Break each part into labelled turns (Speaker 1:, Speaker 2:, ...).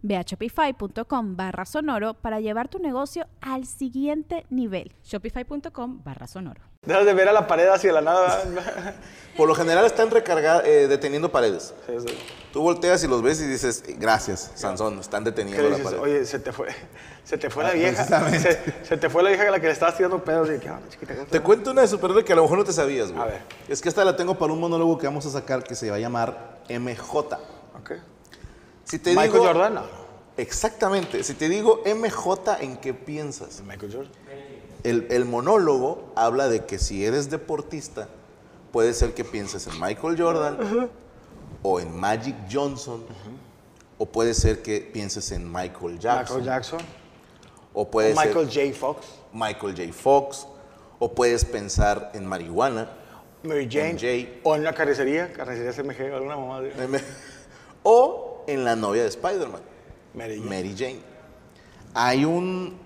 Speaker 1: Ve a shopify.com barra sonoro para llevar tu negocio al siguiente nivel.
Speaker 2: Shopify.com barra sonoro.
Speaker 3: Dejas de ver a la pared hacia la nada.
Speaker 4: Por lo general están recargadas, eh, deteniendo paredes.
Speaker 3: Sí, sí.
Speaker 4: Tú volteas y los ves y dices, gracias, Sansón, están
Speaker 3: ¿Qué
Speaker 4: deteniendo
Speaker 3: le
Speaker 4: la
Speaker 3: dices?
Speaker 4: pared.
Speaker 3: Oye, se te fue, se te fue la
Speaker 4: Ah,
Speaker 3: vieja.
Speaker 4: precisamente.
Speaker 3: Se, se te fue la vieja a la que le estabas tirando pedos. Y que, "Ah, chiquita, ¿qué
Speaker 4: Te cuento una de superhéroe que a lo mejor no te sabías, güey.
Speaker 3: A ver.
Speaker 4: Es que esta la tengo para un monólogo que vamos a sacar que se va a llamar MJ.
Speaker 3: Ok.
Speaker 4: Si te
Speaker 3: Michael
Speaker 4: digo-
Speaker 3: Jordan. No.
Speaker 4: Exactamente. Si te digo MJ, ¿en qué piensas?
Speaker 3: Michael Jordan.
Speaker 4: El, el monólogo habla de que si eres deportista, puede ser que pienses en Michael Jordan o en Magic Johnson, o puede ser que pienses en Michael Jackson,
Speaker 3: Michael Jackson.
Speaker 4: o
Speaker 3: O
Speaker 4: puede ser
Speaker 3: Michael J. Fox.
Speaker 4: Michael J. Fox, o puedes pensar en marihuana,
Speaker 3: Mary Jane.
Speaker 4: MJ.
Speaker 3: O en una carnicería. Carnicería CMG. Alguna mamá. de-
Speaker 4: o en la novia de Spider-Man,
Speaker 3: Mary Jane.
Speaker 4: Mary Jane. Hay un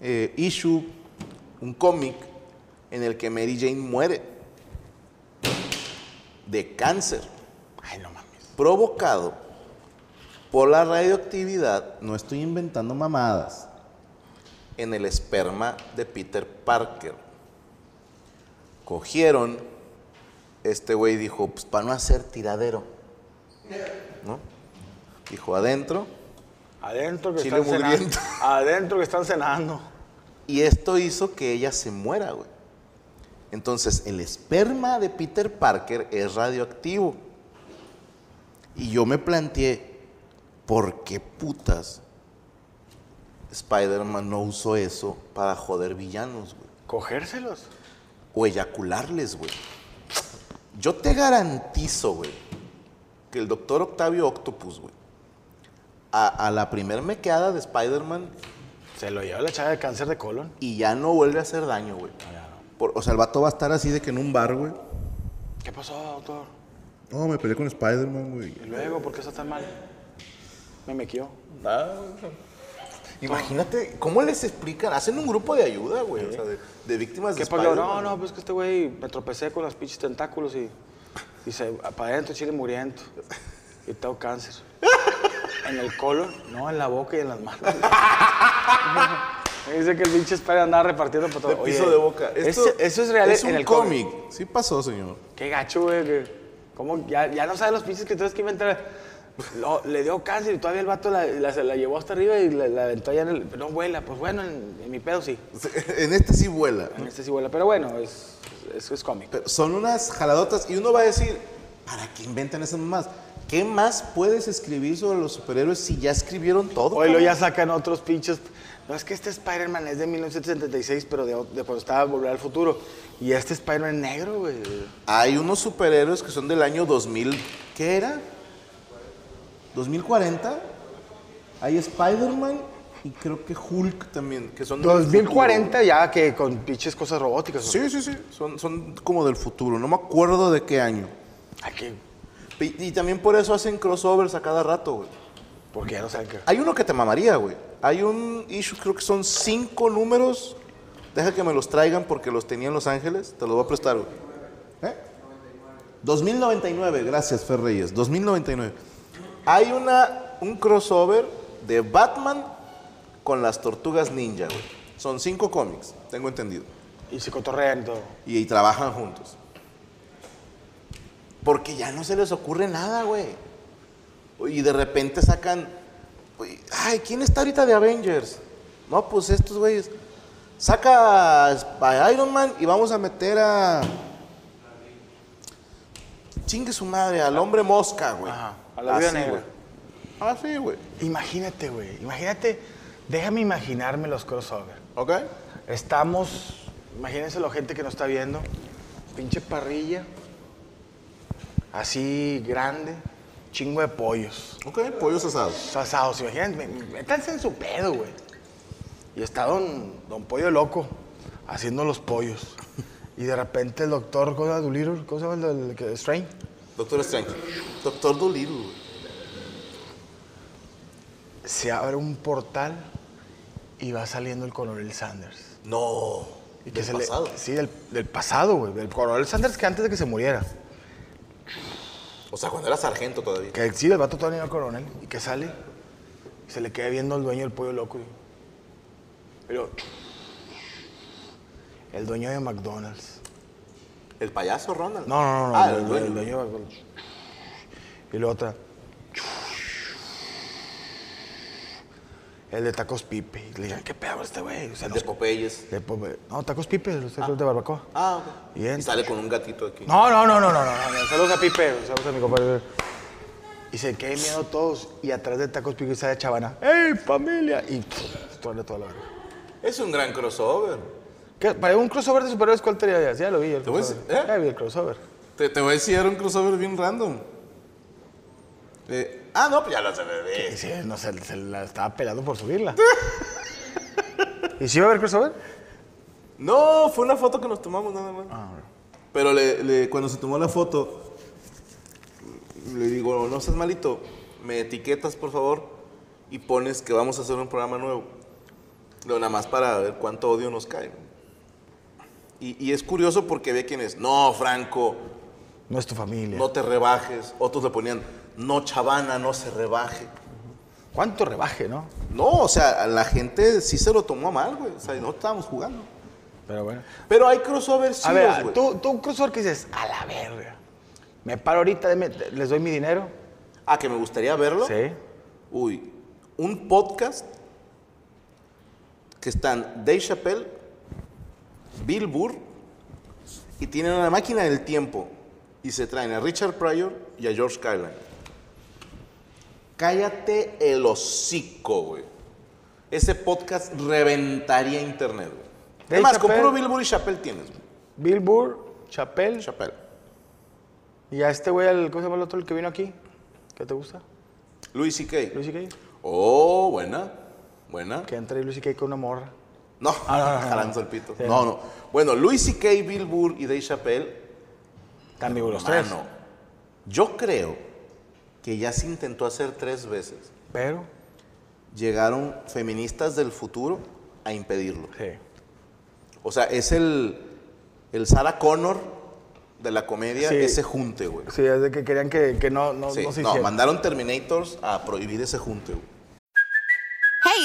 Speaker 4: eh, issue, un cómic, en el que Mary Jane muere de cáncer.
Speaker 3: Ay, no mames.
Speaker 4: provocado por la radioactividad, no estoy inventando mamadas, en el esperma de Peter Parker. Cogieron, este güey dijo, pues para no hacer tiradero, ¿no? Dijo adentro,
Speaker 3: Adentro que
Speaker 4: Chile
Speaker 3: están
Speaker 4: mugriento.
Speaker 3: cenando. Adentro que están cenando.
Speaker 4: y esto hizo que ella se muera, güey. Entonces, el esperma de Peter Parker es radioactivo. Y yo me planteé, ¿por qué putas Spider-Man no usó eso para joder villanos, güey?
Speaker 3: Cogérselos.
Speaker 4: O eyacularles, güey. Yo te garantizo, güey, que el doctor Octavio Octopus, güey, a, a la primer mequeada de Spider-Man
Speaker 3: Se lo lleva la chava de cáncer de colon.
Speaker 4: y ya no vuelve a hacer daño, güey. Por- o sea, el vato va a estar así de que en un bar, güey.
Speaker 3: ¿Qué pasó, doctor?
Speaker 4: No, me peleé con Spider-Man, güey.
Speaker 3: Y luego, ¿por qué está tan mal? Me mequió.
Speaker 4: Imagínate, ¿cómo les explican? Hacen un grupo de ayuda, güey. O sea, de, de víctimas de
Speaker 3: ¿Qué pasó? No,
Speaker 4: Spider-Man.
Speaker 3: no, pues que este güey me tropecé con los pinches tentáculos y, y se, para adentro chile muriendo. Y tengo cáncer. En el colon, no, en la boca y en las manos. Me dice que el pinche Spider andaba repartiendo por todo.
Speaker 4: De piso
Speaker 3: Oye,
Speaker 4: de boca. Esto
Speaker 3: ese- eso es real
Speaker 4: Es
Speaker 3: en
Speaker 4: un
Speaker 3: el
Speaker 4: cómic.
Speaker 3: cómic.
Speaker 4: Sí pasó, señor.
Speaker 3: Qué gacho, güey. que- ¿Cómo? Ya, ya no sabes los pinches que tienes que inventar. Lo- le dio cáncer y todavía el vato la, la- se la llevó hasta arriba y la, la aventó allá en el. No vuela, pues bueno, en, en mi pedo sí.
Speaker 4: En este sí vuela.
Speaker 3: En este sí vuela, pero bueno, es, es, es cómico.
Speaker 4: Pero son unas jaladotas y uno va a decir, ¿para qué inventan esas más? ¿Qué más puedes escribir sobre los superhéroes si ya escribieron todo?
Speaker 3: Hoy lo
Speaker 4: cabrón?
Speaker 3: ya sacan otros pinches. No es que este Spider-Man es de 1976, pero de, de cuando estaba Volver al Futuro. Y este Spider-Man negro, güey.
Speaker 4: Hay unos superhéroes que son del año 2000. ¿Qué era? ¿2040? Hay Spider-Man y creo que Hulk también, que son del futuro.
Speaker 3: 2040 ya que con pinches cosas robóticas. ¿o
Speaker 4: Sí, sí, sí. Son, son como del futuro. No me acuerdo de qué año.
Speaker 3: qué? Aquí.
Speaker 4: Y, y también por eso hacen crossovers a cada rato, güey.
Speaker 3: Porque ya no saben qué.
Speaker 4: Hay uno que te mamaría, güey. Hay un issue, creo que son cinco números. Deja que me los traigan porque los tenía en Los Ángeles. Te los voy a prestar, güey. ¿Eh? 2099, gracias, Fer Reyes. 2099. Hay una, un crossover de Batman con las tortugas ninja, güey. Son cinco cómics, tengo entendido.
Speaker 3: Y se cotorrean y todo.
Speaker 4: Y, y trabajan juntos. Porque ya no se les ocurre nada, güey. Y de repente sacan. güey, Ay, ¿quién está ahorita de Avengers? No, pues estos güeyes. Saca a Sp- a Iron Man y vamos a meter a Chingue su madre, al hombre mosca, güey.
Speaker 3: Ajá, a la vida
Speaker 4: Así,
Speaker 3: negra.
Speaker 4: güey. Así, güey.
Speaker 3: Imagínate, güey. Imagínate. Déjame imaginarme los crossover.
Speaker 4: ¿Ok?
Speaker 3: Estamos. Imagínense la gente que nos está viendo. Pinche parrilla. Así grande. Chingo de pollos.
Speaker 4: Ok, pollos asados.
Speaker 3: Asados, imagínense. me- Métanse en su pedo, güey. Y está don, don Pollo Loco haciendo los pollos. Y de repente el doctor, ¿cómo se llama? Doolittle, ¿Cómo se llama el, del- el que- Strange?
Speaker 4: Doctor Strange. Doctor Dolittle, güey.
Speaker 3: Se abre un portal y va saliendo el coronel Sanders.
Speaker 4: No.
Speaker 3: Y
Speaker 4: Del
Speaker 3: que se le-
Speaker 4: pasado.
Speaker 3: sí, del, del pasado, güey. Del coronel Sanders que antes de que se muriera.
Speaker 4: O sea, cuando era sargento todavía.
Speaker 3: Que sí, el vato todavía no era coronel. Y que sale. Y se le queda viendo al dueño del pollo loco. y- Pero. El dueño de McDonald's.
Speaker 4: El payaso Ronald.
Speaker 3: No, no, no. no
Speaker 4: Ah,
Speaker 3: el,
Speaker 4: el dueño.
Speaker 3: el dueño de McDonald's. Y la otra. El de tacos pipe. Y le digan, ¿qué pedo este güey? O sea,
Speaker 4: El
Speaker 3: nos-
Speaker 4: de Popeyes.
Speaker 3: de Pope- No, tacos pipe, los tacos de barbacoa.
Speaker 4: Ah, ok.
Speaker 3: Y entra.
Speaker 4: Y sale con un gatito aquí.
Speaker 3: No, no, no, no, no, no, no, no. Saludos a Pipe, saludos a mi compadre. Y se quedan miedo todos y atrás de tacos pico y sale Chavana. ¡Ey, familia! Y pff, toda la toda la verga.
Speaker 4: Es un gran crossover.
Speaker 3: ¿Qué? Para un crossover de superhéroes, ¿cuál te harías? Ya lo vi, el
Speaker 4: Te voy a
Speaker 3: crossover.
Speaker 4: decir, ¿eh?
Speaker 3: Ya vi el crossover.
Speaker 4: Te, te voy a decir, era un crossover bien random. Eh, ah, no, pues ya lo sabes.
Speaker 3: Y sí, no, se, se la estaba pelando por subirla. ¿Y si iba a haber crossover?
Speaker 4: No, fue una foto que nos tomamos nada más.
Speaker 3: Ah,
Speaker 4: Pero le- le- cuando se tomó la foto, le digo, no seas malito, me etiquetas por favor y pones que vamos a hacer un programa nuevo. Lo nada más para ver cuánto odio nos cae. Y, y es curioso porque había quienes, no, Franco,
Speaker 3: No es tu familia.
Speaker 4: no te rebajes. Otros le ponían, no, Chavana, no se rebaje.
Speaker 3: ¿Cuánto rebaje, no?
Speaker 4: No, o sea, la gente sí se lo tomó a mal, güey. O sea, no estábamos jugando.
Speaker 3: Pero bueno.
Speaker 4: Pero hay crossovers.
Speaker 3: A ver,
Speaker 4: chidos, güey.
Speaker 3: tú, tú un crossover que dices, a la verga. Me paro ahorita, deme- les doy mi dinero.
Speaker 4: Ah, que me gustaría verlo.
Speaker 3: Sí.
Speaker 4: Uy, un podcast que están Dave Chappelle, Bill Burr y tienen una máquina del tiempo y se traen a Richard Pryor y a George Carlin. Cállate el hocico, güey. Ese podcast reventaría internet, güey.
Speaker 3: Dave
Speaker 4: Además, con
Speaker 3: Chappelle.
Speaker 4: puro Bill Burr y Chappelle tienes, güey.
Speaker 3: Bill Burr, Chappelle,
Speaker 4: Chappelle.
Speaker 3: y a este güey, al- ¿cómo se llama el otro, el que vino aquí? ¿Qué te gusta?
Speaker 4: Louis C.K.
Speaker 3: Luis y Kay.
Speaker 4: Oh, buena. Buena.
Speaker 3: Que entra ahí Luis y Kay con una morra.
Speaker 4: No,
Speaker 3: Ah, no, no, no.
Speaker 4: jalándose el pito.
Speaker 3: Sí.
Speaker 4: No, no. Bueno, Luis C.K., Bill Burr y Dave Chappelle,
Speaker 3: Están vivos los tres.
Speaker 4: mano, yo creo que ya se intentó hacer tres veces.
Speaker 3: Pero,
Speaker 4: Llegaron feministas del futuro a impedirlo.
Speaker 3: sí.
Speaker 4: O sea, es el, el Sarah Connor de la comedia,
Speaker 3: Sí.
Speaker 4: ese junte, güey.
Speaker 3: Sí, es de que querían que, que no, no,
Speaker 4: Sí,
Speaker 3: no se
Speaker 4: no,
Speaker 3: hiciera.
Speaker 4: mandaron Terminators a prohibir ese junte, güey.
Speaker 5: Hey,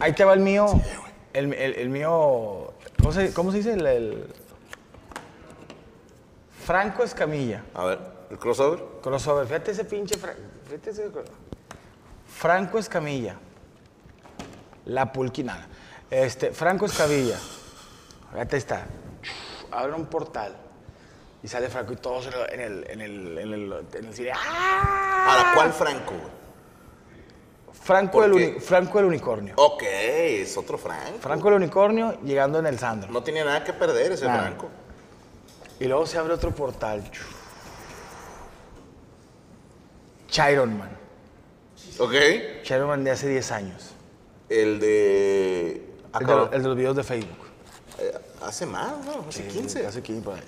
Speaker 3: Ahí te va el mío. el, el- el mío. ¿Cómo se, cómo se dice? El, el- Franco Escamilla.
Speaker 4: A ver, el crossover.
Speaker 3: Crossover. Fíjate ese pinche. Fra- Fíjate ese. cro- Franco Escamilla. La pulquinada. Este, Franco Escamilla. Fíjate está. Abre un portal. Y sale Franco y todos en el- en el, en el, en el, en el cine. ¡Ah!
Speaker 4: Ahora, ¿cuál Franco, güey?
Speaker 3: Franco
Speaker 4: Ah,
Speaker 3: el,
Speaker 4: ¿Por qué?
Speaker 3: uni- Franco el unicornio.
Speaker 4: Ok, es otro Franco.
Speaker 3: Franco el unicornio llegando en el Sandro.
Speaker 4: No tenía nada que perder ese
Speaker 3: Nada.
Speaker 4: Franco.
Speaker 3: Y luego se abre otro portal. Chiron Man.
Speaker 4: Ok.
Speaker 3: Chiron Man de hace 10 años.
Speaker 4: El de. Ah,
Speaker 3: El de,
Speaker 4: cabrón.
Speaker 3: el de los videos de Facebook.
Speaker 4: Eh, hace más, ¿no? Hace 15.
Speaker 3: Hace 15 por ahí.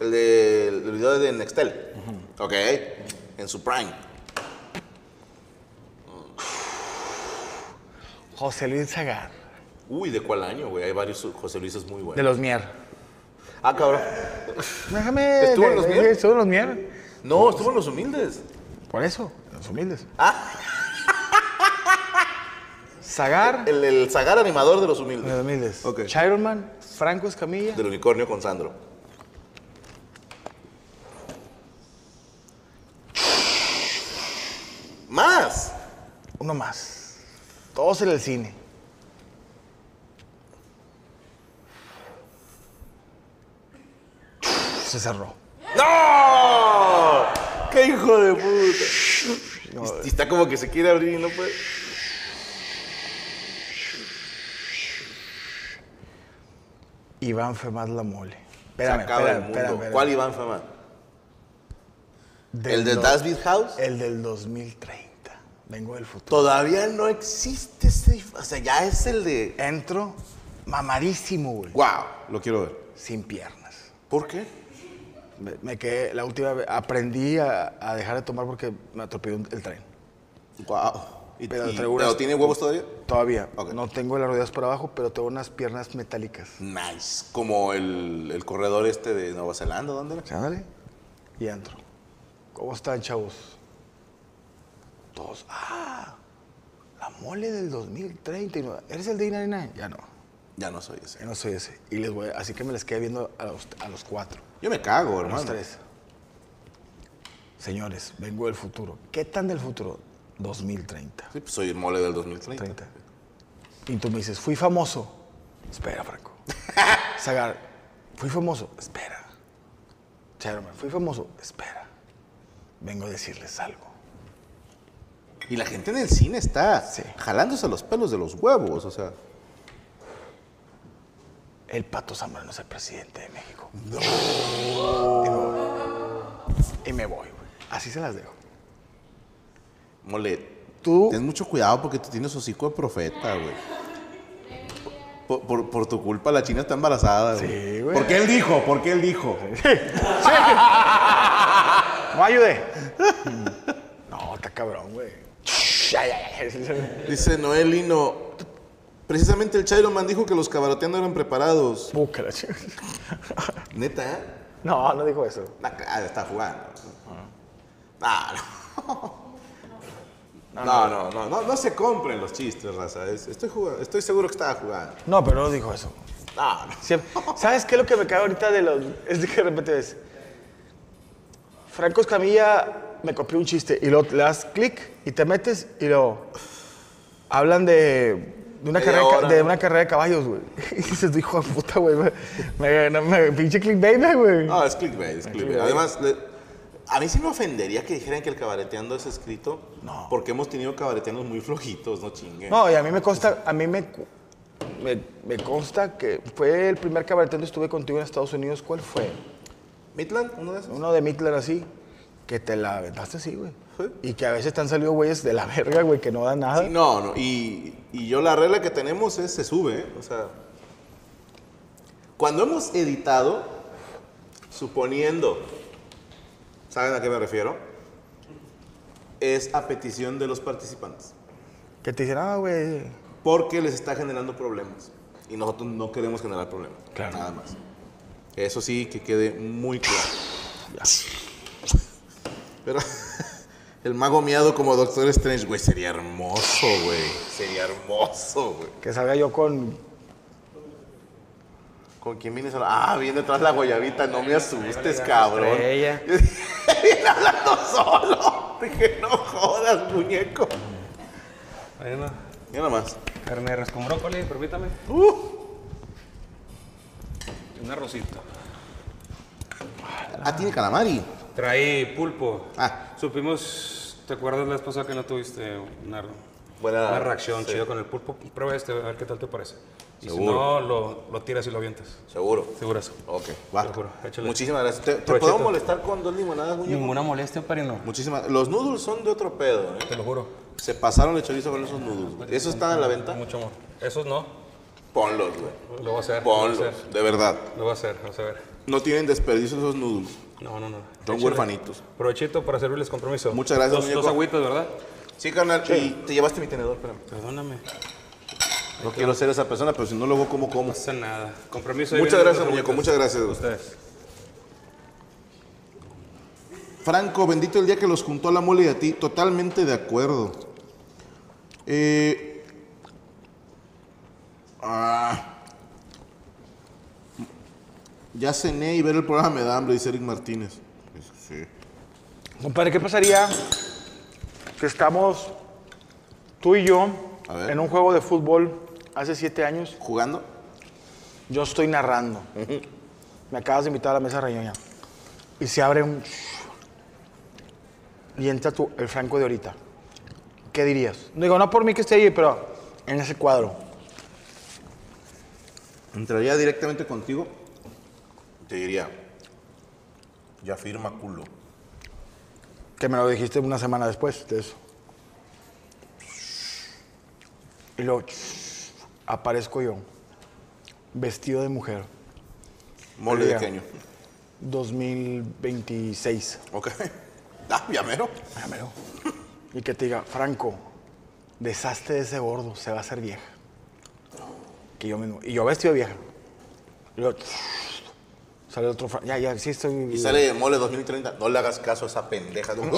Speaker 4: El de. El video de Nextel. Ok. En su prime.
Speaker 3: José Luis Zagar.
Speaker 4: Uy, ¿de cuál año, güey? Hay varios. José Luis es muy bueno.
Speaker 3: De los Mier.
Speaker 4: Ah, cabrón.
Speaker 3: Déjame.
Speaker 4: ¿Estuvo en
Speaker 3: de-
Speaker 4: los
Speaker 3: de-
Speaker 4: Mier?
Speaker 3: Estuvo en los Mier.
Speaker 4: No, estuvo en los humildes.
Speaker 3: Por eso, los humildes. Zagar,
Speaker 4: El, el zagar animador de los humildes.
Speaker 3: los humildes.
Speaker 4: Ok.
Speaker 3: Chiron Man, Franco Escamilla.
Speaker 4: Del unicornio con Sandro. ¡Más!
Speaker 3: Uno más. Todos en el cine. Se cerró.
Speaker 4: ¡No! ¡Qué hijo de puta! Y- Y está como que se quiere abrir y no puede.
Speaker 3: Iván fue más la mole.
Speaker 4: se
Speaker 3: Espérame,
Speaker 4: acaba
Speaker 3: espérame,
Speaker 4: el mundo.
Speaker 3: espérame, espérame.
Speaker 4: ¿Cuál Iván fue más?
Speaker 3: Del
Speaker 4: ¿El de
Speaker 3: do-
Speaker 4: Dasvid House?
Speaker 3: El del 2030. Vengo del futuro.
Speaker 4: Todavía no existe ese. O sea, ya es el de.
Speaker 3: Entro mamadísimo, güey.
Speaker 4: ¡Wow! Lo quiero ver.
Speaker 3: Sin piernas.
Speaker 4: ¿Por qué?
Speaker 3: Me, me quedé, la última vez, aprendí a, a dejar de tomar porque me atropelló un- el tren.
Speaker 4: ¡Wow! ¿Y,
Speaker 3: Pero
Speaker 4: y-
Speaker 3: traigo unas-
Speaker 4: ¿pero tiene huevos todavía?
Speaker 3: Todavía.
Speaker 4: Ok.
Speaker 3: No tengo las rodillas para abajo, pero tengo unas piernas metálicas.
Speaker 4: Nice. Como el, el corredor este de Nueva Zelanda, ¿dónde era?
Speaker 3: Sí, ándale. Y entro. ¿Cómo están, chavos? Todos. ¡Ah! La mole del 2039. ¿Eres el de I-99? Ya no.
Speaker 4: Ya no soy ese.
Speaker 3: Ya no soy ese. Y les voy, así que me les quedé viendo a los, a los cuatro.
Speaker 4: Yo me cago,
Speaker 3: A los
Speaker 4: hermano.
Speaker 3: tres. Señores, vengo del futuro. ¿Qué tan del futuro? 2030.
Speaker 4: Sí, pues soy el mole del 2030.
Speaker 3: 30. Y tú me dices, fui famoso. Espera, Franco. Sagar, fui famoso. Espera. Chairman, fui famoso. Espera. Vengo a decirles algo.
Speaker 4: Y la gente en el cine está
Speaker 3: Sí.
Speaker 4: jalándose los pelos de los huevos, o sea.
Speaker 3: El Pato Zambrano es el presidente de México. Y me voy, güey. Así se las dejo.
Speaker 4: Mole,
Speaker 3: Tú-
Speaker 4: Ten mucho cuidado porque tú tienes hocico de profeta, güey. Por, por- por tu culpa la China está embarazada, güey.
Speaker 3: Sí, güey.
Speaker 4: Porque él dijo, porque él dijo.
Speaker 3: No ayudé. no, está cabrón, güey. Ya, ya, ya.
Speaker 4: Dice Noelino, precisamente el Chairo Man dijo que los cabaroteando eran preparados.
Speaker 3: Búcala, chico.
Speaker 4: Neta, ¿eh?
Speaker 3: No, no dijo eso.
Speaker 4: Nah, claro, está jugando. Ah, no. No, no, no, no, no se compren los chistes, raza. Es- Estoy, jugando- estoy seguro que estaba jugando.
Speaker 3: No, pero no dijo eso.
Speaker 4: No, no.
Speaker 3: Siempre- ¿Sabes qué es lo que me cae ahorita de los.? Es de que de repente ves. Franco Escamilla me copió un chiste y luego le das clic y te metes y luego. Hablan de. De una,
Speaker 4: Media
Speaker 3: carrera, de ca-
Speaker 4: hora,
Speaker 3: de
Speaker 4: ¿no?
Speaker 3: una carrera de caballos, güey. Y dices, hijo de puta, güey. Me, me, no, me- pinche clickbait, güey.
Speaker 4: No, es clickbait, es clickbait.
Speaker 3: clickbait.
Speaker 4: Además, le- a mí sí me ofendería que dijeran que el cabareteando es escrito.
Speaker 3: No.
Speaker 4: Porque hemos tenido cabareteanos muy flojitos, no chinguen.
Speaker 3: No, y a mí me consta, a mí me, cu- me, me consta que fue el primer cabaretero que estuve contigo en Estados Unidos. ¿Cuál fue?
Speaker 4: ¿Midland? ¿Uno de esos?
Speaker 3: Uno de Mitler así, que te la aventaste así, güey.
Speaker 4: Sí.
Speaker 3: Y que a veces te han salido güeyes de la verga, güey, que no dan nada.
Speaker 4: Sí, no, no. Y, y yo la regla que tenemos es se sube, ¿eh? O sea. Cuando hemos editado, suponiendo, ¿saben a qué me refiero? Es a petición de los participantes.
Speaker 3: Que te dicen, ah, güey.
Speaker 4: porque les está generando problemas y nosotros no queremos generar problemas.
Speaker 3: Claro.
Speaker 4: Nada más. Eso sí que quede muy claro. Ya. Pero el mago miado como Doctor Strange, güey, sería hermoso, güey. Sería hermoso, güey.
Speaker 3: Que salga yo con.
Speaker 4: ¿Con quién vienes hablando? Ah, viene atrás la guayabita, no me asustes, cabrón.
Speaker 3: estrella.
Speaker 4: Yo dije, viene hablando solo. Dije, no jodas, muñeco.
Speaker 6: Bueno,
Speaker 4: Ya nada más.
Speaker 6: carne de res con brócoli, permítame.
Speaker 4: Uh.
Speaker 6: Un arrocito.
Speaker 4: Ah, tiene calamari.
Speaker 6: Trae pulpo.
Speaker 4: Ah.
Speaker 6: Supimos, ¿te acuerdas la vez pasada que no tuviste una,
Speaker 4: Buena-
Speaker 6: una reacción
Speaker 4: sí.
Speaker 6: chida con el pulpo? Prueba este, a ver qué tal te parece. Y
Speaker 4: Seguro.
Speaker 6: si no, lo, lo tiras y lo avientas.
Speaker 4: Seguro.
Speaker 6: Segurazo.
Speaker 4: Ok, va.
Speaker 6: Te lo juro, échale.
Speaker 4: Muchísimas gracias. ¿Te, te
Speaker 6: Provechito.
Speaker 4: puedo molestar con dos limonadas, muñeco?
Speaker 6: Ninguna molestia, parino.
Speaker 4: Muchísimas Los noodles son de otro pedo, ¿eh?
Speaker 6: Te lo juro.
Speaker 4: Se pasaron el chorizo con esos noodles. güey. ¿Eso está a la venta?
Speaker 6: Mucho amor. Esos no.
Speaker 4: Ponlos, güey.
Speaker 6: Lo voy a hacer. Lo voy a hacer.
Speaker 4: Ponlos, de verdad.
Speaker 6: Lo voy a hacer, vamos a ver.
Speaker 4: No tienen desperdicio esos noodles.
Speaker 6: No, no, no.
Speaker 4: Son
Speaker 6: Échale.
Speaker 4: huerfanitos.
Speaker 6: Provechito para servirles compromiso.
Speaker 4: Muchas gracias,
Speaker 6: Dos,
Speaker 4: muñeco.
Speaker 6: dos agüitas, ¿verdad?
Speaker 4: Sí, carnal. Y te llevaste mi tenedor, espérame.
Speaker 6: Perdóname.
Speaker 4: No quiero ser esa persona, pero si no, luego como como.
Speaker 6: No pasa nada. Compromiso. ahí
Speaker 4: Muchas
Speaker 6: vienen
Speaker 4: gracias,
Speaker 6: dos
Speaker 4: muñeco.
Speaker 6: agüitas.
Speaker 4: Muchas gracias. güey.
Speaker 6: Ustedes.
Speaker 4: Franco, bendito el día que los juntó a la mole y a ti. Totalmente de acuerdo. Eh, ah. ya cené y ver el programa me da hambre, dice Eric Martínez. Sí.
Speaker 3: Compadre, ¿qué pasaría que estamos tú y yo
Speaker 4: A ver.
Speaker 3: en un juego de fútbol hace siete años?
Speaker 4: ¿Jugando?
Speaker 3: Yo estoy narrando. Me acabas de invitar a la mesa reñoña. Y se abre un... Y entra tú, el Franco de ahorita. ¿Qué dirías? Digo, no por mí que esté ahí, pero en ese cuadro.
Speaker 4: Entraría directamente contigo. Te diría, ya firma culo.
Speaker 3: Que me lo dijiste una semana después de eso. Y luego aparezco yo, vestido de mujer,
Speaker 4: Mole
Speaker 3: Ya.
Speaker 4: de qué año.
Speaker 3: 2026.
Speaker 4: Ok. Ah, ya mero.
Speaker 3: Dámelo. Y que te diga, Franco, deshazte de ese gordo, se va a hacer vieja. Que yo mismo. Y yo vestido de vieja. Y luego sale otro. Fra- Ya, ya, sí estoy.
Speaker 4: Y sale Mole 2030. No le hagas caso a esa pendeja. de un-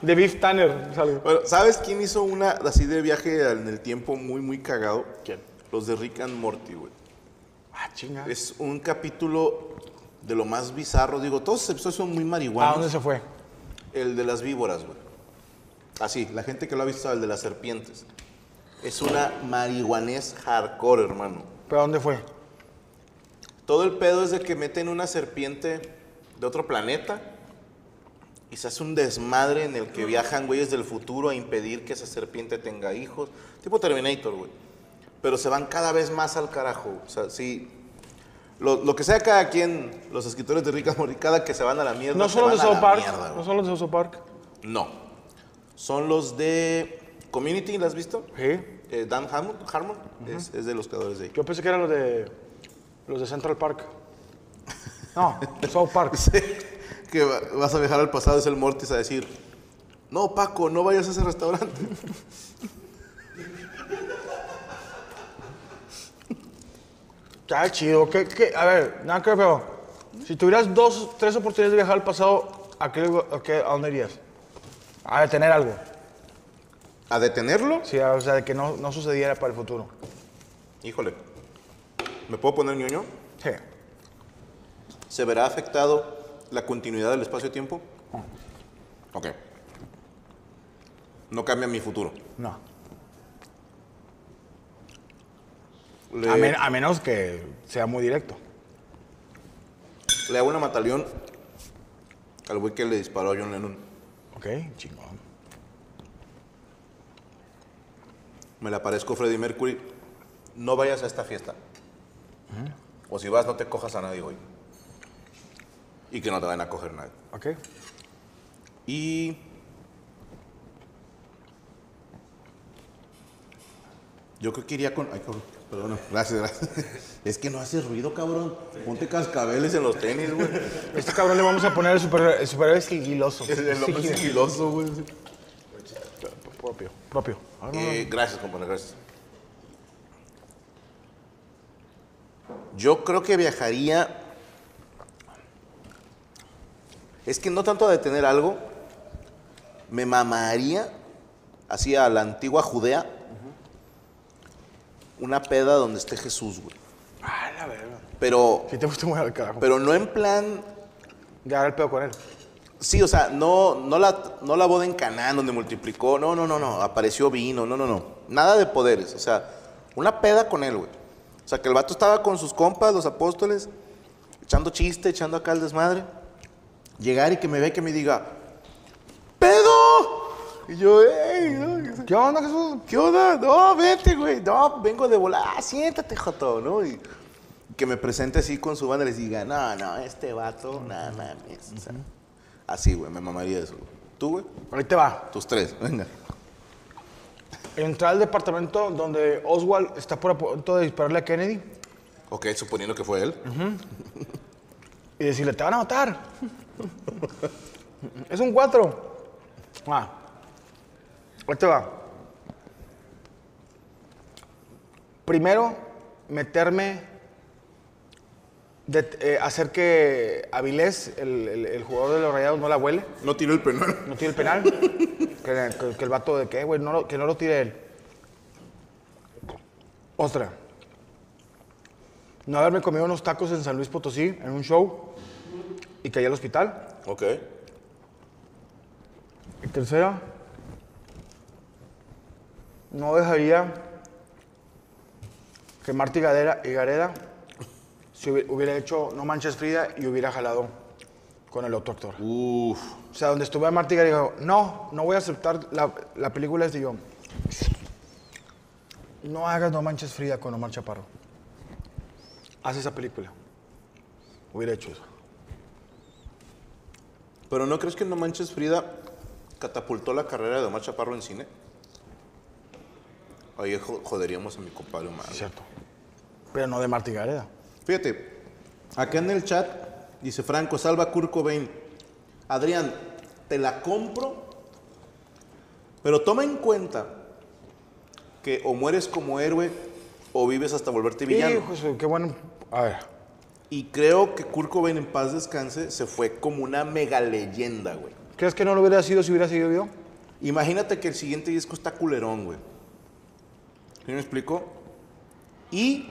Speaker 3: De Beef Tanner sale.
Speaker 4: Bueno, ¿sabes quién hizo una así de viaje en el tiempo muy, muy cagado? ¿Quién? Los de Rick and Morty, güey.
Speaker 3: Ah, chinga.
Speaker 4: Es un capítulo de lo más bizarro. Digo, todos los episodios son muy
Speaker 3: ¿A
Speaker 4: marihuanos.
Speaker 3: dónde se fue?
Speaker 4: El de las víboras, güey. Así, la gente que lo ha visto, el de las serpientes. Es una marihuanés hardcore, hermano.
Speaker 3: ¿Pero a dónde fue?
Speaker 4: Todo el pedo es de que meten una serpiente de otro planeta y se hace un desmadre en el que viajan güeyes del futuro a impedir que esa serpiente tenga hijos. Tipo Terminator, güey. Pero se van cada vez más al carajo. O sea, sí. Lo, lo que sea cada quien, los escritores de Ricas Morty, cada que se van a la mierda.
Speaker 3: No
Speaker 4: se
Speaker 3: son los
Speaker 4: van
Speaker 3: de
Speaker 4: a
Speaker 3: South
Speaker 4: la
Speaker 3: Park.
Speaker 4: mierda, güey.
Speaker 3: no son los de South Park.
Speaker 4: No. Son los de Community, ¿la has visto?
Speaker 3: Sí.
Speaker 4: Eh, Dan Harmon, Harmon es, es de los creadores de ahí.
Speaker 3: Yo pensé que eran los de. Los de Central Park. No, South Park.
Speaker 4: que va- vas a viajar al pasado es el Mortis a decir, no Paco, no vayas a ese restaurante.
Speaker 3: Está chido. ¿Qué, qué? A ver, nada que ver, pero si tuvieras dos, tres oportunidades de viajar al pasado, ¿a, qué, lugar- a qué- a dónde irías? A detener algo.
Speaker 4: ¿A detenerlo?
Speaker 3: Sí, a- o sea, de que no, no sucediera para el futuro.
Speaker 4: Híjole, ¿me puedo poner ñoño?
Speaker 3: Sí.
Speaker 4: ¿Se verá afectado la continuidad del espacio-tiempo? Mm. Ok. No cambia mi futuro.
Speaker 3: No.
Speaker 4: Le,
Speaker 3: A, men- a menos que sea muy directo.
Speaker 4: le hago una mataleón al güey que le disparó a John Lennon.
Speaker 3: Ok, chingón.
Speaker 4: Me le aparezco Freddie Mercury. No vayas a esta fiesta. O si vas, no te cojas a nadie hoy. Y que no te van a coger nadie.
Speaker 3: Ok.
Speaker 4: Y. Yo creo que iría con. Ay, cabrón. Perdona. Gracias, gracias. Es que no hace ruido, cabrón. Ponte cascabeles en los tenis, güey.
Speaker 3: Este cabrón le vamos a poner el super- el superhéroe sigiloso.
Speaker 4: Es el hombre
Speaker 3: Sigilo-
Speaker 4: sigiloso, güey.
Speaker 3: Propio. Propio. Ah, no, no.
Speaker 4: Eh, gracias, compadre, gracias. Yo creo que viajaría. Es que no tanto a detener algo. Me mamaría así a la antigua Judea. Una peda donde esté Jesús, güey.
Speaker 3: Ah, la verga.
Speaker 4: Pero,
Speaker 3: Si te fuiste muy al carajo.
Speaker 4: pero no en plan
Speaker 3: Ya agarra el pedo con él.
Speaker 4: Sí, o sea, no, no, la, no la boda en Canaán donde multiplicó, no, no, no, no, apareció vino, no, no, no. Nada de poderes, o sea, una peda con él, güey. O sea, que el vato estaba con sus compas, los apóstoles, echando chiste, echando acá el desmadre. Llegar y que me vea y que me diga, ¡Pedo! Y yo, ¡ey! ¿no?
Speaker 3: Mm. ¿Qué onda, Jesús?
Speaker 4: ¿Qué onda? No, vete, güey. No, vengo de volar. Siéntate, Joto, ¿no? Y que me presente así con su banda y les diga, no, no, este vato,
Speaker 3: Mm.
Speaker 4: nada mames. O sea, así, güey, me mamaría eso. güey. ¿Tú, güey?
Speaker 3: Ahí te va.
Speaker 4: Tus tres, venga.
Speaker 3: Entrar al departamento donde Oswald está por a punto de dispararle a Kennedy
Speaker 4: Ok, suponiendo que fue él.
Speaker 3: y decirle, te van a matar. es un cuatro. Ah. Ahí te va. Primero, meterme de- eh, hacer que Avilés, el, el- el jugador de los rayados, no la vuele,
Speaker 4: No tiró el penal.
Speaker 3: no tire el penal. que, que- que el vato de qué, güey, no lo- que no lo tire él. Otra. No haberme comido unos tacos en San Luis Potosí, en un show, y caí al hospital.
Speaker 4: Ok.
Speaker 3: Y tercera, no dejaría que Marta y Gadera- y Gareda se hubie- hubiera hecho No Manches Frida y hubiera jalado con el otro actor.
Speaker 4: Uf.
Speaker 3: O sea, donde estuve a Marta y Gareda, dijo, no, no voy a aceptar la, la película es de yo. No hagas No Manches Frida con Omar Chaparro. Haz esa película. Hubiera hecho eso.
Speaker 4: Pero ¿no crees que No Manches Frida catapultó la carrera de Omar Chaparro en cine? Ahí jo- joderíamos a mi compadre Omar.
Speaker 3: Es cierto. Pero no de Marta y Gareda.
Speaker 4: Fíjate, acá en el chat dice Franco, salva a Kurt Cobain. Adrián, te la compro, pero toma en cuenta que o mueres como héroe o vives hasta volverte villano.
Speaker 3: Hijo, de su- qué bueno. A ver.
Speaker 4: Y creo que Kurt Cobain en paz descanse se fue como una mega leyenda, güey.
Speaker 3: ¿Crees que no lo hubiera sido si hubiera seguido yo?
Speaker 4: Imagínate que el siguiente disco está culerón, güey. ¿Sí me explico? Y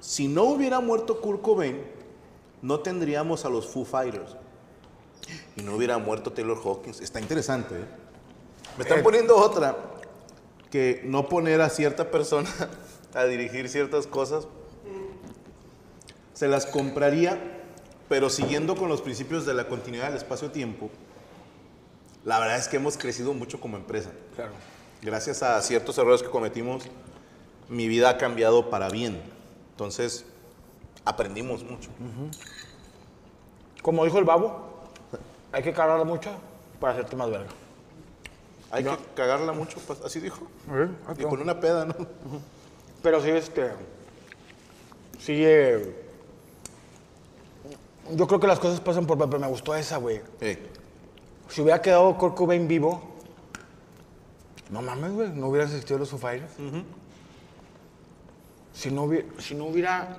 Speaker 4: si no hubiera muerto Kurt Cobain, no tendríamos a los Foo Fighters. Y no hubiera muerto Taylor Hawkins. Está interesante, ¿eh? Me están poniendo otra. Que no poner a cierta persona a dirigir ciertas cosas. Se las compraría, pero siguiendo con los principios de la continuidad del espacio-tiempo. La verdad es que hemos crecido mucho como empresa. Claro. Gracias a ciertos errores que cometimos, mi vida ha cambiado para bien. Entonces, aprendimos mucho.
Speaker 3: Como dijo el babo, hay que cargarla mucho para hacerte más verga.
Speaker 4: Hay que cagarla mucho, pues, así dijo. Y con una peda, ¿no?
Speaker 3: Pero sí, este. Sí, eh, Yo creo que las cosas pasan por. Pero me gustó esa, güey.
Speaker 4: Eh,
Speaker 3: Si hubiera quedado Kurt Cobain vivo, no mames, güey, no hubiera existido los Foo Fighters. si, no hubiera, si no hubiera,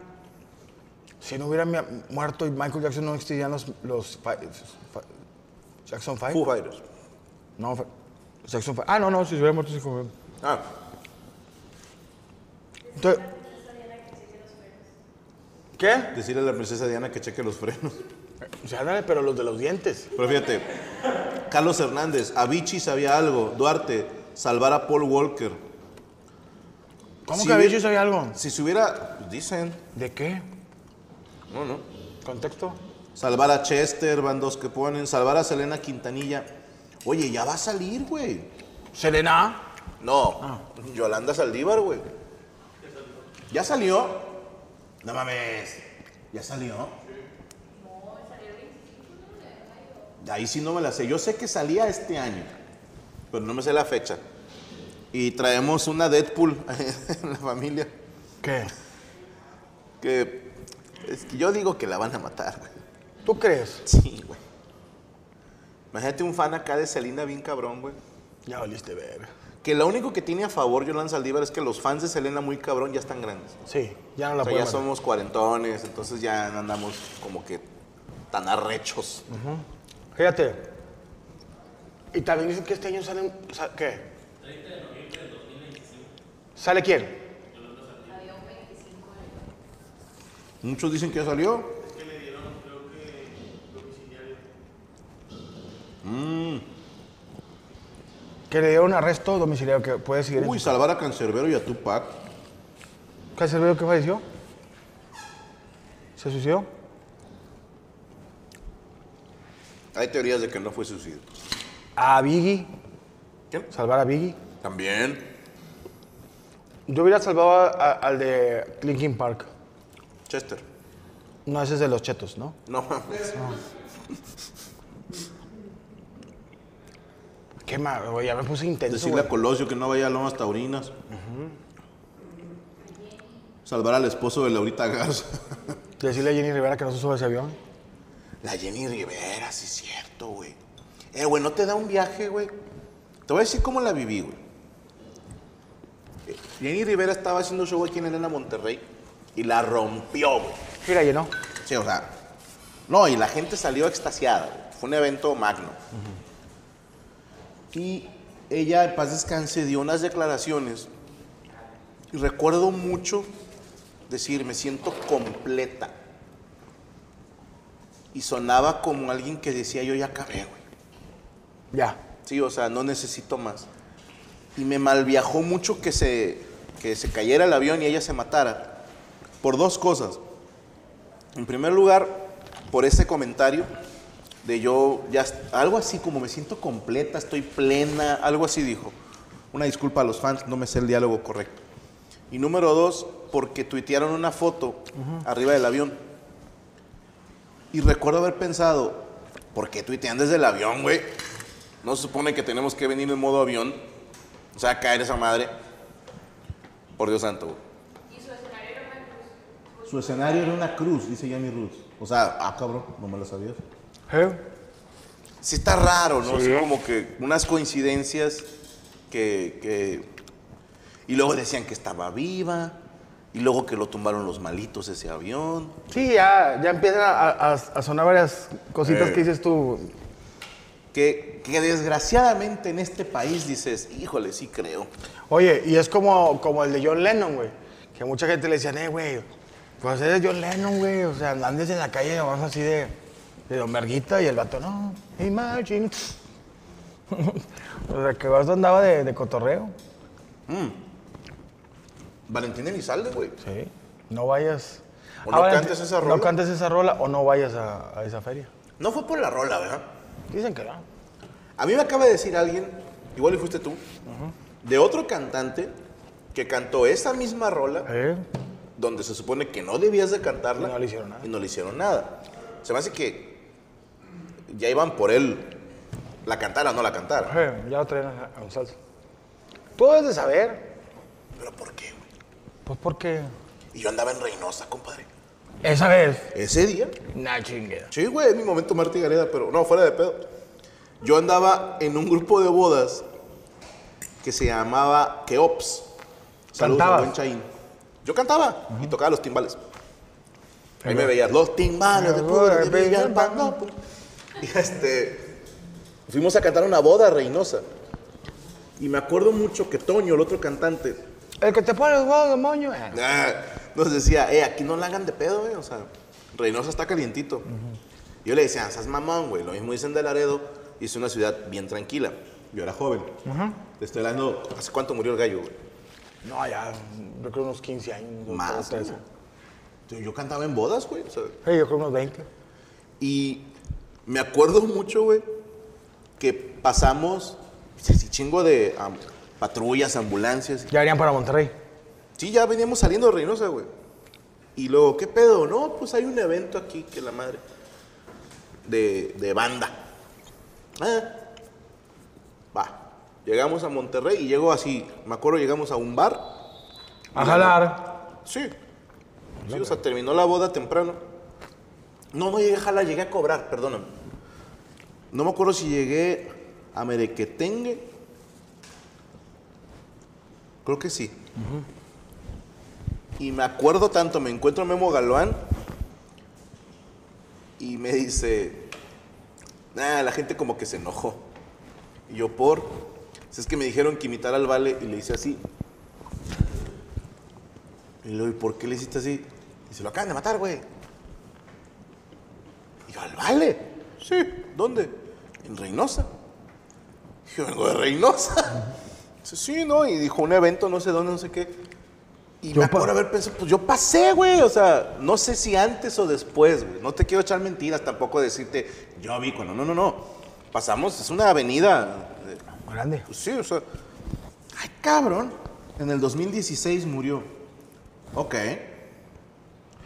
Speaker 3: si no hubiera mia- muerto y Michael Jackson no existirían los, los fi- fi- Jackson Five.
Speaker 4: Foo Fighters.
Speaker 3: No, fi- Jackson Five. Ah, no, no, si se hubiera muerto sí como.
Speaker 4: Ah,
Speaker 3: Entonces, ¿Qué?
Speaker 4: decirle a la princesa Diana que cheque los frenos.
Speaker 3: O sea, ándale, pero los de los dientes.
Speaker 4: Pero fíjate, Carlos Hernández, Avicii sabía algo, Duarte, salvar a Paul Walker.
Speaker 3: ¿Cómo
Speaker 4: Si
Speaker 3: que había
Speaker 4: hubiera-
Speaker 3: hecho eso ahí algo?
Speaker 4: Si se hubiera, pues, dicen,
Speaker 3: ¿De qué?
Speaker 4: no, no.
Speaker 3: ¿Contexto?
Speaker 4: Salvar a Chester, van dos que ponen. Salvar a Selena Quintanilla. Oye, ya va a salir, güey.
Speaker 3: Selena.
Speaker 4: No, Yolanda Saldívar, güey. ¿Ya salió? No mames. ¿Ya salió? Ahí sí no me la sé. Yo sé que salía este año, pero no me sé la fecha. Y traemos una Deadpool en la familia.
Speaker 3: ¿Qué?
Speaker 4: Que es que yo digo que la van a matar, güey.
Speaker 3: ¿Tú crees?
Speaker 4: Sí, güey. Imagínate un fan acá de Selena bien cabrón, güey.
Speaker 3: Ya valiste ver.
Speaker 4: Que lo único que tiene a favor Yolanda Saldívar es que los fans de Selena muy cabrón ya están grandes.
Speaker 3: Sí, ya no la
Speaker 4: O sea, ya
Speaker 3: puedo.
Speaker 4: somos cuarentones, entonces ya no andamos como que tan arrechos.
Speaker 3: Fíjate. Y también dicen que este año salen. sa- ¿Qué? 30 de noviembre del 2025. ¿Sale quién?
Speaker 4: Muchos dicen que ya salió.
Speaker 3: Que le dieron arresto domiciliario, que puede seguir
Speaker 4: Uy,
Speaker 3: en su...
Speaker 4: salvar a Cancerbero y a Tupac.
Speaker 3: ¿Cancerbero que falleció? ¿Se suicidó?
Speaker 4: Hay teorías de que no fue suicidio.
Speaker 3: A Biggie.
Speaker 4: ¿Quién?
Speaker 3: Salvar a Biggie.
Speaker 4: También.
Speaker 3: Yo hubiera salvado a- a- al de Linkin Park.
Speaker 4: Chester.
Speaker 3: No, ese es de los chetos, ¿no?
Speaker 4: No mames.
Speaker 3: Qué mal, güey, ya me puse intenso.
Speaker 4: Decirle
Speaker 3: güey.
Speaker 4: a Colosio que no vaya a Lomas Taurinas. Salvar al esposo de Laurita Garza.
Speaker 3: Decirle a Jenny Rivera que no se suba a ese avión.
Speaker 4: La Jenny Rivera, sí es cierto, güey. Eh, güey, ¿no te da un viaje, güey? Te voy a decir cómo la viví, güey. Eh, Jenny Rivera estaba haciendo show aquí en Elena Monterrey y la rompió, güey.
Speaker 3: Mira, llenó.
Speaker 4: Sí, o sea. No, y la gente salió extasiada. güey. Fue un evento magno. Y ella, en paz descanse, dio unas declaraciones. Y recuerdo mucho decir, me siento completa. Y sonaba como alguien que decía, yo ya acabé, güey.
Speaker 3: Ya.
Speaker 4: Sí, o sea, no necesito más. Y me malviajó mucho que se, que se cayera el avión y ella se matara. Por dos cosas. En primer lugar, por ese comentario de yo, ya, est- algo así como me siento completa, estoy plena, algo así dijo. Una disculpa a los fans, no me sé el diálogo correcto. Y número dos, porque tuitearon una foto arriba del avión. Y recuerdo haber pensado, ¿por qué tuitean desde el avión, güey? No se supone que tenemos que venir en modo avión. O sea, caer esa madre. Por Dios santo, güey.
Speaker 7: Su escenario era una cruz, dice Johnny Cruz. O sea, ah, cabrón, no me lo sabías.
Speaker 3: ¿Eh?
Speaker 4: Sí está raro, ¿no? Así como que unas coincidencias que, que- Y luego decían que estaba viva. Y luego que lo tumbaron los malitos ese avión.
Speaker 3: Sí, ya, ya empiezan a, a- a sonar varias cositas que dices tú.
Speaker 4: Que, que desgraciadamente en este país dices, híjole, sí creo.
Speaker 3: Oye, y es como, como el de John Lennon, güey. Que mucha gente le decía, eh, güey, pues eres John Lennon, güey. O sea, andes en la calle nomás así de, de Don Verguita y el vato, no, imagine. o sea, que el vato andaba de, de cotorreo.
Speaker 4: Valentín Elizalde, güey.
Speaker 3: Sí. No vayas.
Speaker 4: O no cantes esa rola.
Speaker 3: No cantes esa rola o no vayas a, a esa feria.
Speaker 4: No fue por la rola, ¿verdad?
Speaker 3: Dicen que no.
Speaker 4: A mí me acaba de decir alguien, igual y fuiste tú, de otro cantante que cantó esa misma rola,
Speaker 3: ¿Eh?
Speaker 4: donde se supone que no debías de cantarla.
Speaker 3: Y no le hicieron nada.
Speaker 4: y no le hicieron nada. Se me hace que ya iban por él, la cantara o no la cantara.
Speaker 3: Eh, Ya lo traen a, a un salto. Tú debes de saber.
Speaker 4: ¿Pero por qué, güey?
Speaker 3: Pues porque.
Speaker 4: Y yo andaba en Reynosa, compadre.
Speaker 3: Esa vez.
Speaker 4: ¿Ese día?
Speaker 3: Una chinguera.
Speaker 4: Sí, güey, es mi momento Marta y Gareda, pero no, fuera de pedo. Yo andaba en un grupo de bodas que se llamaba Keops. Saludos al
Speaker 3: ¿Cantabas?
Speaker 4: buen Chaín. Yo cantaba y tocaba los timbales. Ahí me veías, los timbales de pura de Villalpando. Y este, fuimos a cantar una boda a Reynosa. Y me acuerdo mucho que Toño, el otro cantante,
Speaker 3: El que te pone los huevos, demonio. eh.
Speaker 4: Ah, Nos decía, eh, aquí no la hagan de pedo, güey. O sea, Reynosa está calientito. Yo le decía, seas mamón, güey. Lo mismo dicen de Laredo. y es una ciudad bien tranquila. Yo era joven. Te estoy hablando, ¿hace cuánto murió el gallo, güey?
Speaker 3: No, ya, yo creo unos 15 años. dos,
Speaker 4: Más.
Speaker 3: tres.
Speaker 4: güey. Yo- Yo cantaba en bodas, güey. o sea,
Speaker 3: Sí, yo creo unos 20.
Speaker 4: y me acuerdo mucho, güey, que pasamos así chingo de am- patrullas, ambulancias.
Speaker 3: Ya venían para Monterrey.
Speaker 4: Sí, ya veníamos saliendo de Reynosa, güey. Y luego, ¿qué pedo? No, pues hay un evento aquí que la madre. De, de banda. Ah, va. Llegamos a Monterrey y llegó así. Me acuerdo, llegamos a un bar.
Speaker 3: A jalar.
Speaker 4: Sí. Sí, o sea, terminó la boda temprano. No, no llegué a jalar, llegué a cobrar, perdóname. No me acuerdo si llegué a Merequetengue. Creo que sí. Y me acuerdo tanto, me encuentro a Memo Galván y me dice, "Ah, la gente como que se enojó. Y yo, por... Si es que me dijeron que imitar al Vale y le hice así. Y le digo, ¿y por qué le hiciste así? Y se lo acaban de matar, güey. Y yo, ¿al vale? Sí. ¿Dónde? En Reynosa. Y yo vengo de Reynosa. Dice, sí, ¿no? Y dijo un evento, no sé dónde, no sé qué. Y
Speaker 3: Yo
Speaker 4: me
Speaker 3: pa-
Speaker 4: acuerdo haber pensado, pues yo pasé, güey. O sea, no sé si antes o después, güey. No te quiero echar mentiras, tampoco decirte, yo vi cuando. No, no, no. Pasamos, es una avenida. eh,
Speaker 3: Grande.
Speaker 4: pues sí, o sea. Ay, cabrón. En el 2016 murió. Ok.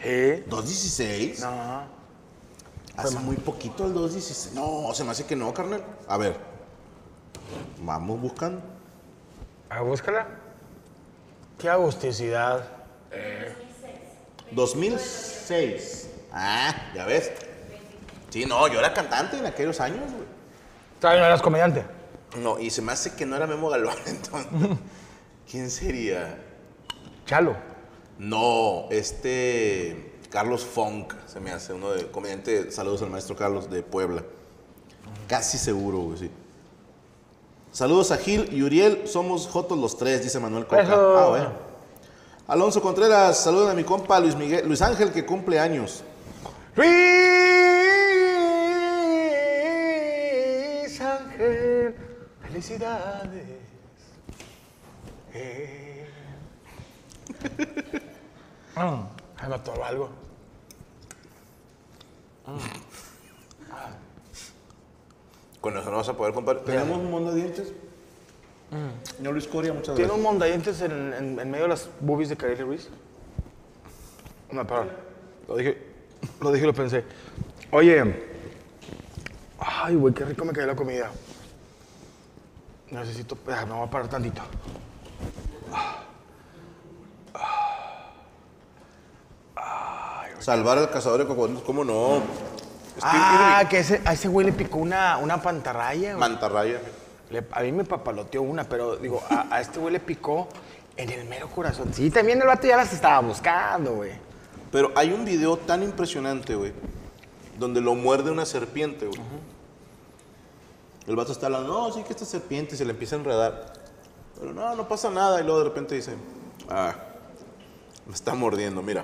Speaker 3: Sí.
Speaker 4: 216. No. Hace muy poquito el 216. No, se me hace que no, carnal. A ver. Vamos buscando.
Speaker 3: A búscala. Qué agusticidad.
Speaker 4: 2006. Ah, ya ves. Sí, no, yo era cantante en aquellos años, güey.
Speaker 3: ¿Sabes? No eras comediante.
Speaker 4: No, y se me hace que no era Memo Galván entonces. ¿Quién sería?
Speaker 3: Chalo.
Speaker 4: No, este. Carlos Funk, se me hace, uno de comediante, saludos al maestro Carlos de Puebla. Casi seguro, güey, sí. Saludos a Gil y Uriel, somos Jotos los tres, dice Manuel Coca.
Speaker 3: Eso.
Speaker 4: Ah, bueno. Alonso Contreras, saludos a mi compa Luis, Miguel, Luis Ángel, que cumple años.
Speaker 3: Luis Ángel, felicidades. Eh. Ah, se me atoró algo.
Speaker 4: Con eso no vas a poder comprar.
Speaker 7: Tenemos un montón de dientes. Señor Luis Coria, muchas
Speaker 3: Mm. ¿Tiene un
Speaker 7: gracias.
Speaker 3: mondadientes en, en, en medio de las boobies de Kareli Ruiz? No, perdón. Lo dije, lo dije y lo pensé. Oye. Ay, güey, qué rico me cayó la comida. Necesito... ah, Me voy a parar tantito.
Speaker 4: Salvar al cazador de cocodrilos, ¿cómo no?
Speaker 3: Ah, que ese, a ese güey le picó una, una pantarraya. güey.
Speaker 4: Mantarraya.
Speaker 3: Le- a mí me papaloteó una, pero digo, a, a este güey le picó en el mero corazón. Sí, también el vato ya las estaba buscando, güey.
Speaker 4: Pero hay un video tan impresionante, güey, donde lo muerde una serpiente, güey. El vato está hablando, no, sí que esta serpiente y se le empieza a enredar. Pero no, no pasa nada. Y luego de repente dice, ah, me está mordiendo, mira.